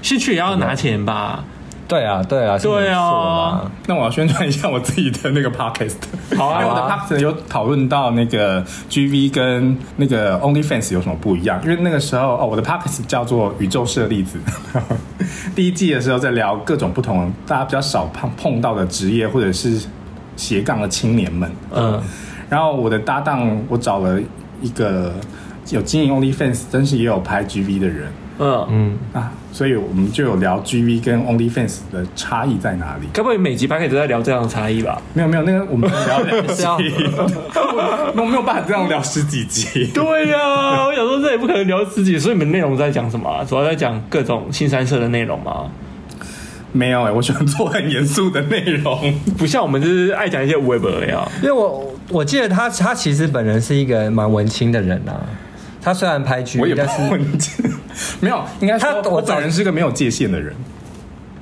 A: 兴趣也要拿钱吧？
C: 对啊，对啊，是没
A: 对啊
C: 错啦
D: 那我要宣传一下我自己的那个 podcast。
A: 好啊
D: 因为我的 podcast 有讨论到那个 GV 跟那个 OnlyFans 有什么不一样，因为那个时候哦，我的 podcast 叫做《宇宙式的例子》， 第一季的时候在聊各种不同大家比较少碰碰到的职业或者是斜杠的青年们。
A: 嗯，
D: 然后我的搭档，我找了一个有经营 OnlyFans，但是也有拍 GV 的人
A: 嗯
C: 嗯，
D: 啊，所以我们就有聊 GV 跟 OnlyFans 的差异在哪里。
A: 该不会每集 p a c 都在聊这样的差异吧？
D: 没有没有，那个我们聊两
C: 是
D: 集，
C: 要
D: 我 我没有办法这样聊十几集。
A: 对呀、我想说这也不可能聊自己，所以你们内容在讲什么啊、主要在讲各种新三社的内容吗？
D: 没有哎、我喜欢做很严肃的内容。
A: 不像我们就是爱讲一些无微不微啊。
C: 因为我我记得他他其实本人是一个蛮文青的人啊，他虽然拍剧
D: 我，也不
C: 但是
D: 问，没有，应该
C: 他
D: 说
C: 我
D: 我本人是个没有界限的人。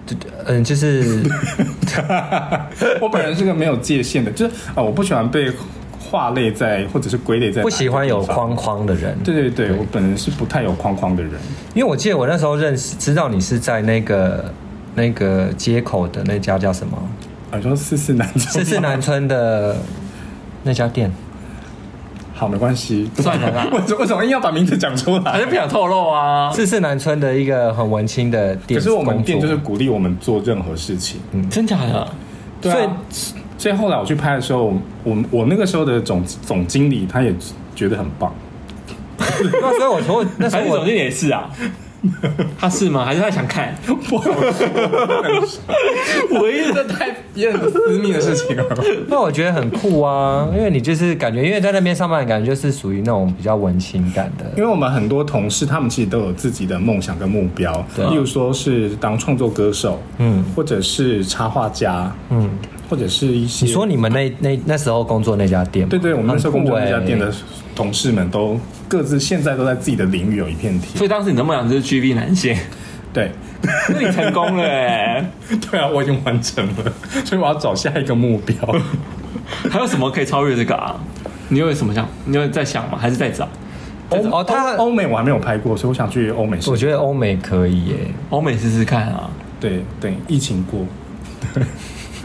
C: 嗯，就是
D: 我本人是个没有界限的，就是啊、我不喜欢被划类在或者是归类在哪一个
C: 不喜欢有
D: 地
C: 框。
D: 方
C: 框的人。
D: 对对对，我本人是不太有框框的人。
C: 因为我记得我那时候认识知道你是在那个那个街口的那家叫什么？
D: 啊，你说四四男中，
C: 是是南村的那家店。
D: 好，没关系，
A: 算了啦
D: 为什么为什么硬要把名字讲出
A: 还是
D: 来？
A: 不想透露啊？
C: 是是南村的一个很文青的店，
D: 可是我们店
C: 工
D: 就
C: 作
D: 是鼓励我们做任何事情，
A: 真假的？
D: 对
C: 所以
D: 啊。所以后来我去拍的时候，我我我那个时候的总总经理他也觉得很棒，
C: 那所以我 说那时
A: 还
C: 候
A: 是总
C: 我
A: 经理也是啊？他是吗？还是他想 看？
D: 我一直太别人私密的事情啊了。
C: 那我觉得很酷啊，因为你就是感觉因为在那边上班的感觉就是属于那种比较文青感的。
D: 因为我们很多同事，他们其实都有自己的梦想跟目标，
C: 对
D: 例如说是当创作歌手，
C: 嗯
D: 或者是插画家，
C: 嗯，
D: 或者是一些
C: 你说你们那那那时候工作那家店吗，
D: 对对，我们那时候工作那家店
C: 很
D: 的
C: 酷
D: 同事们都各自现在都在自己的领域有一片天。
A: 所以当时你的梦想就是 G V 男 性，
D: 对，
A: 那你成功了哎、
D: 对啊，我已经完成了，所以我要找下一个目标。
A: 还有什么可以超越这个啊？你有什么想？你有在想吗？还是在找？
C: 欸哦，他
D: 欧美我还没有拍过，所以我想去欧美试。
C: 我觉得欧美可以耶，
A: 欧美试试看啊！
D: 对对，疫情过，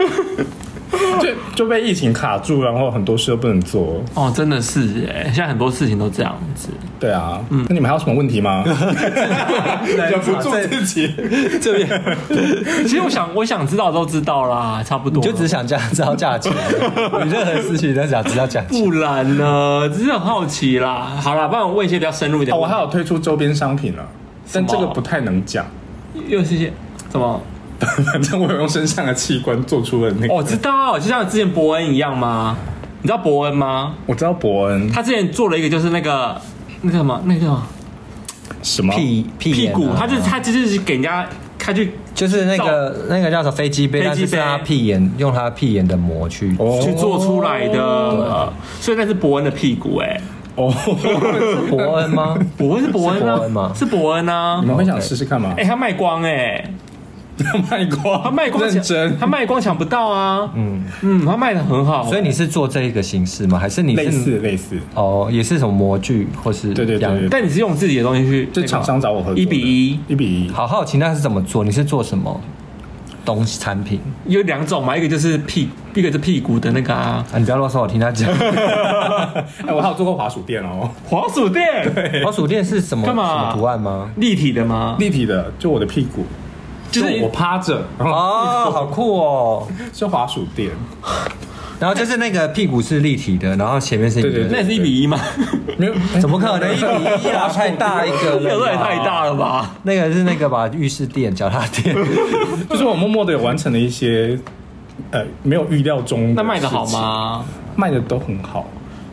D: 就就被疫情卡住，然后很多事都不能做。
A: 哦，真的是哎、现在很多事情都这样子。
D: 对啊，
A: 嗯
D: 那你们还有什么问 题吗？忍不住自己，
C: 这边
A: 其实我想，我想知道都知道啦，差不多
C: 你
A: 了。
C: 就只想加知道价 钱，你任何事情都想知道价钱。
A: 不然呢？只是很好奇啦。好啦，不然我问一些比较深入一点 的
D: 哦，我
A: 问题。
D: 还有推出周边商品了，但这个不太能讲。
A: 又是一些什么？
D: 反正我有用身上的器官做出了那个。
A: 哦，我知道，就像之前伯恩一样吗？你知道伯恩吗？
D: 我知道伯恩
A: 他之前做了一个，就是那个那个什么，那个什么
D: 什么
C: 屁屁
A: 屁
C: 眼啊
A: 股，他就是他就是给人家，他就
C: 就是那个那个叫什么飞机杯，
A: 飞机
C: 但是是
A: 杯
C: 他屁眼用他屁眼的膜去。
D: 哦
A: 哦去做出来的，所以那是伯恩的屁股哎、
D: 哦，
C: 伯恩吗？
A: 伯恩是伯恩
C: 是伯恩
A: 啊
C: 吗，
A: 是伯恩啊
D: 你。们会想试试看吗
A: 哎、？他卖光哎、
D: 卖光，
A: 他卖光
D: 认
A: 抢，
D: 真
A: 他，卖光抢不到啊。嗯嗯，他卖的很好。
C: 所以你是做这一个形式吗？还是你是
D: 类似类似，
A: 嗯
C: 哦，也是什么模具或是
D: 对对对
C: 样
D: 对
A: 但你是用自己的东西去，
D: 就厂商找我合作的，
A: 一比一
D: 一比一，
C: 好好奇那是怎么做？你是做什么东西产品？
A: 有两种嘛，一个就是屁，一个是屁股的那个啊，
C: 啊，你不要啰嗦，我听他 讲。
D: 哎，我还有做过滑鼠垫哦，
A: 滑鼠垫
C: 老鼠垫是什么
A: 干嘛
C: 什么图案吗？
A: 立体的吗？
D: 立体的，就我的屁股，
A: 就是
D: 我趴着，然后
C: 哦， 好酷哦！
D: 是滑鼠垫，
C: 然后就是那个屁股是立体的，然后前面是
D: 对
C: 一
A: 那
C: 个，
A: 也是一比一吗？
D: 没 有，
C: 怎么可能一比 一啊？太大一个
A: 那
C: 了，
A: 也太。大了吧！
D: 啊
C: 那个是那个吧，浴室垫、脚踏 垫，
D: 哎就是我默默的有完成了一些，呃，没有预料中，
A: 那卖的好？吗？
D: 卖的都很好，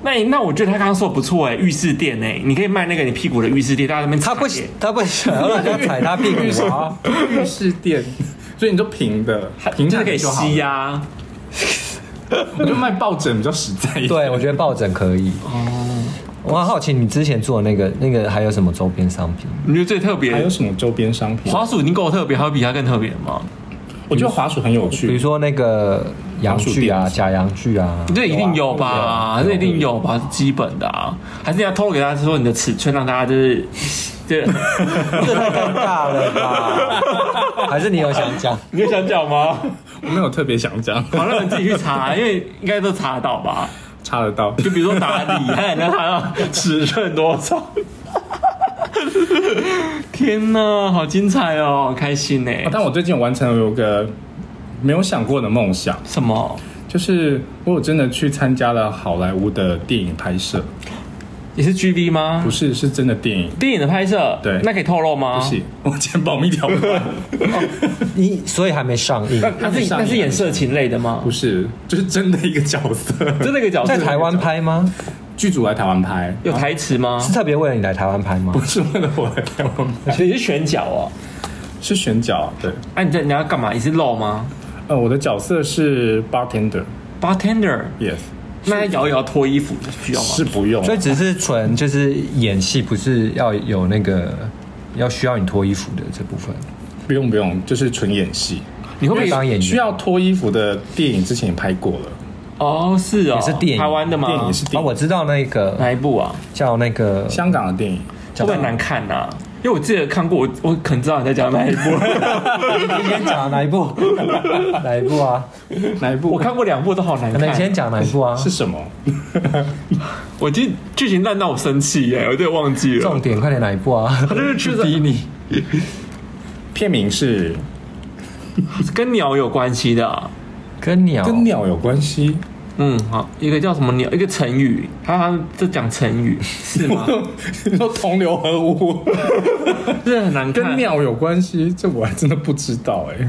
A: 那那我觉得他刚刚说的不错哎、浴室垫哎、你可以卖那个你屁股的浴室垫，大家在那边
C: 他不
A: 踩耶
C: 他不想要让人家踩他屁股 啊。
D: 浴室垫， 所以你就平的，平
A: 就是
D: 的
A: 可以吸啊
D: 呀，
A: 呀、
D: 我就卖抱枕比较实在一点。
C: 对，我觉得抱枕可以。哦，我很好奇你之前做的那个那个还有什么周边商品？
A: 你觉得最特
D: 还有
A: 别？
D: 什么周边商品？
A: 滑鼠已经够特别，还有比它更特别的吗？
D: 我觉得滑鼠很有趣，
C: 比如说那个洋具
D: 老
C: 啊，
D: 鼠
C: 假洋具啊，
A: 这一定有
D: 有啊
A: 吧？
D: 有
A: 这一定有吧？是基本的啊，还是你要透露给大家说你的尺寸，让大家就是 这，
C: 这太尴尬了 吧？还是你有想讲？
A: 你有想讲吗？
D: 我没有特别想讲，
A: 好，那你自己去查，因为应该都查得到吧？
D: 插 得到。
A: 就比如说打啊底，还能查到尺寸多少。天哪，好精彩哦，开心呢！
D: 但我最近有完成了有个没有想过的梦想，
A: 什么？
D: 就是我有真的去参加了好莱坞的电影拍摄，
A: 啊你是 G V 吗
D: 不？是是真的电影，
A: 电影的拍摄，
D: 对
A: 那可以透露吗？
D: 不是，我肩膀一条断，
C: 你所以还没上映，
A: 那是那是演色情类的吗
D: 不？是，就是真的一个角色，
A: 真的一个角色
C: 在台湾拍吗？
D: 剧组来台湾拍，
A: 有台词吗？
C: 是特别为了你来台湾拍吗？
D: 不 是为了我来台湾拍，
A: 你是选角哦。
D: 是选角，对，
A: 那、你在你要干嘛？你是肉吗
D: 呃，我的角色是 bartender，yes，
A: ？Bartender，那摇一摇脱衣服需要吗？
D: 是不用，
C: 所以只是纯就是演戏，不是要有那个要需要你脱衣服的这部分。
D: 不用不用，就是纯演戏。
A: 你会不会
C: 当演员
D: 需要脱衣服的电影之前也拍过了，
A: 哦，是哦，
C: 也是电影
A: 台湾的吗？
D: 电影是
C: 啊，
D: 电影，
C: 我知道那个
A: 哪一部啊？
C: 叫那个
D: 香港的 电影，
A: 会不会很难看呐、啊？因为我记得看过，我我可能知道你在讲哪一部。
C: 你先讲哪一部？哪一部啊？
D: 哪一 部？
A: 我看过两部都好难
C: 可能你先
A: 看。
C: 讲哪一部啊？
D: 是什么？
A: 我记得剧情烂到我生气耶，我有点忘记了。
C: 重点，快点哪一部啊？
A: 他就是去逼你，
D: 片名是
A: 跟鸟有关系的啊、
C: 跟鸟，
D: 跟鸟有关系，
A: 嗯，好，一个叫什么鸟，一个成语，他好像在讲成语， 是吗？
D: 你说同流合污，
A: 这很难看。
D: 跟，鸟有关系，这我还真的不知道哎、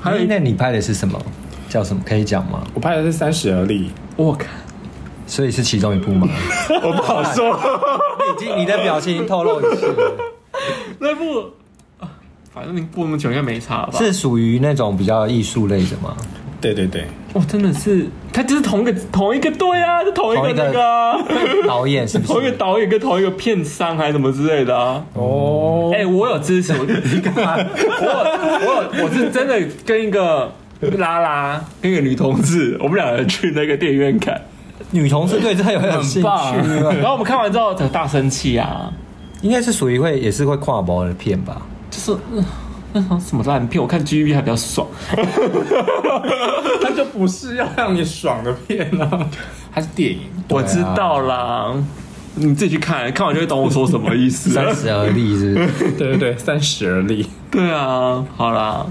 A: 还有一
C: 那你拍的是什么？叫什么？可以讲吗？
D: 我拍的是《三十而立
A: 我看，
C: 所以是其中一部吗？
A: 我不好说。
C: 已经你的表情透露一次，
A: 那部，啊反正你过那么久应该没差吧？
C: 是属于那种比较艺术类的吗？》。
D: 对对对，
A: 哇，哦真的是，他就是同一个同一个队啊，就同一个
C: 同一个
A: 那个啊、
C: 导演是不
A: 同一个
C: 是？
A: 导演跟同一个片商还是什么之类的啊。
D: 哦，
A: 哎、我有支持，我 我我有我是真的跟一个拉拉跟一个女同志，我们两个人去那个电影院看，
C: 女同事对这有没有兴趣
D: 很
C: 啊？
A: 然后我们看完之后很大生气啊，
C: 应该是属于会也是会跨博的片 吧？
A: 就是。呃那种什么烂片，我看 G V 还比较爽，
D: 它就不是要让你爽的片啊， 它是电影。
C: 啊
A: 我知道啦，你自己去看，看完就会懂我说什么意思。
C: 三十而立是不是？
D: 对对对，《三十而立》
A: 对啊，好啦，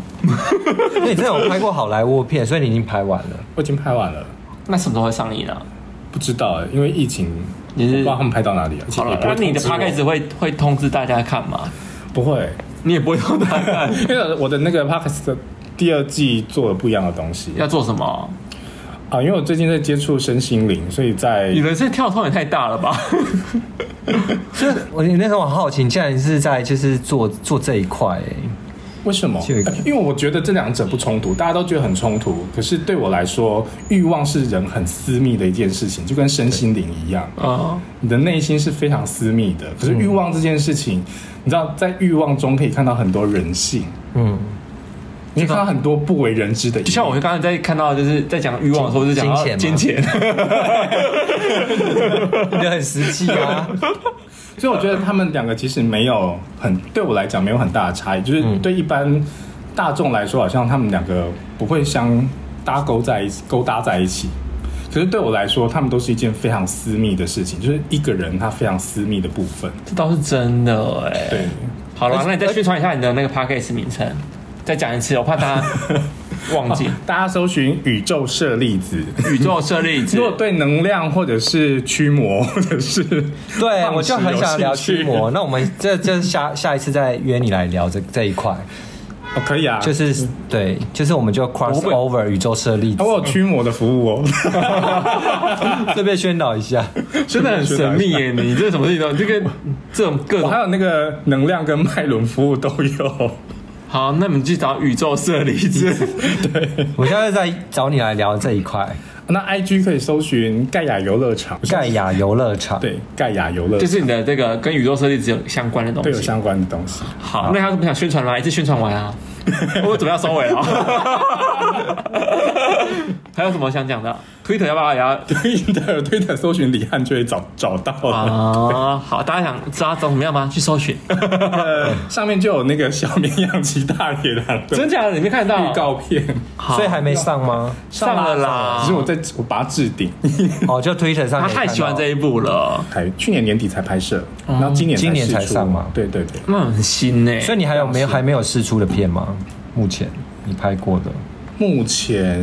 C: 因为你真的有拍过好莱坞片，所以你已经拍完了。
D: 我已经拍完了，
A: 那什么时候会上映啊？
D: 不知道哎、因为疫情，
A: 你是
D: 我不知道他们拍到哪里了。啊
A: 好了，那你的 p o d c 会会通知大家看吗？
D: 不会，
A: 你也不会通知大家看，
D: 因为我的那个 p o d c a 的第二季做了不一样的东西
A: 要做什么？
D: 啊，因为我最近在接触身心灵，所以在
A: 你人生跳痛也太大了吧？
C: 所以我那时候很好奇，你竟然是在就是做做这一块、欸，
D: 为什么呃
C: 就有一个？
D: 因为我觉得这两者不冲突，大家都觉得很冲突。可是对我来说，欲望是人很私密的一件事情，就跟身心灵一样，
A: 啊，
D: 你的内心是非常私密的。
C: 嗯
D: 可是欲望这件事情，你知道，在欲望中可以看到很多人性，
C: 嗯，
D: 你可以看到很多不为人知的一面。
A: 就像我刚才在看到，就是在讲欲望的时候，就讲到
C: 金
A: 金
C: 钱
A: 钱，
C: 你很实际啊，
D: 所以我觉得他们两个其实没有很对我来讲没有很大的差异，就是
C: 嗯
D: 对一般大众来说，好像他们两个不会相搭勾在一起，勾搭在一起。可是对我来说，他们都是一件非常私密的事情，就是一个人他非常私密的部分。
A: 这倒是真的哎、
D: 对，
A: 好了，那你再宣传一下你的那个 podcast 名称，再讲一次，我怕大家 忘记。
D: 大家搜寻宇宙射粒子。
A: 宇宙设立子
D: 如，果对能量或者是驱魔或者是
C: 对，
D: 放
C: 我就
D: 矢
C: 很
D: 有
C: 想聊
D: 兴趣
C: 驱魔。那我们这这下下一次再约你来聊这这一块，
D: 哦，可以啊，
C: 就
D: 就是
C: 是对，就是我们就 cross
A: 我会
C: over 宇宙设立，
D: 我有驱魔的 服务哦。
C: 这边宣导一下。
A: 真的很神秘 耶！你这什么事情都，这个这种各
D: 我还
A: 种
D: 有那个能量跟脉轮服务都有。
A: 好，那你去找宇宙设立子。
C: 我现在在找你来聊这一块，
D: 那 IG 可以搜寻盖亚游乐场，
C: 盖亚游乐场。
D: 对盖亚游乐
A: 就
D: 场
A: 是你的这个跟宇宙设立子有相关的东
D: 对有
A: 西。
D: 相关的东西。
A: 好，那还有什么想宣传吗？一次宣传完啊， 我准备要收尾了。 还有什么想讲的？Twitter 要不要也要
D: 推特推特搜寻李汉就会找找到了，
A: 啊，好，大家想知道长什么样吗？去搜寻，
D: 呃上面就有那个小绵羊骑大野狼 的
A: 真假的你没看到
D: 预告片，
A: 好
C: 所以还没上吗？
A: 上了啦
D: 只是。我在我把它置顶，
C: 哦，就 Twitter 上。
A: 他太喜欢这一部了，
D: 才去年年底才拍摄，然后今年
C: 今年
D: 试
C: 才
D: 出
C: 上嘛
D: 对对对，
A: 那很新呢。
C: 所以你还有没有还没有试出的片吗？目前你拍过的
D: 目前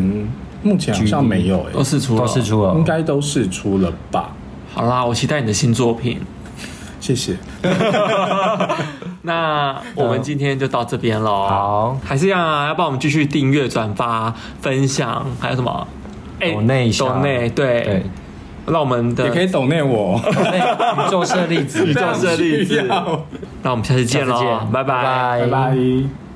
D: 目前好像没有
A: 都
D: 诶，
A: 试出了，
C: 都试。出了，
D: 应该都试出了吧？
A: 好啦，我期待你的新作品。
D: 谢谢，
A: 那我们今天就到这边喽。
C: 好
A: 还是一样啊，要帮我们继续订阅、转发、分享，还有什么？哎
C: 抖内一下
A: 抖内对，
C: 对。
A: 让我们的
D: 也可以抖内我，
C: 那宇宙射粒子，
A: 宇宙设立
D: 非
A: 子
D: 常需要
A: 那我们下次见
C: 下次
A: 喽
C: 见，
A: 拜拜。
D: 拜拜。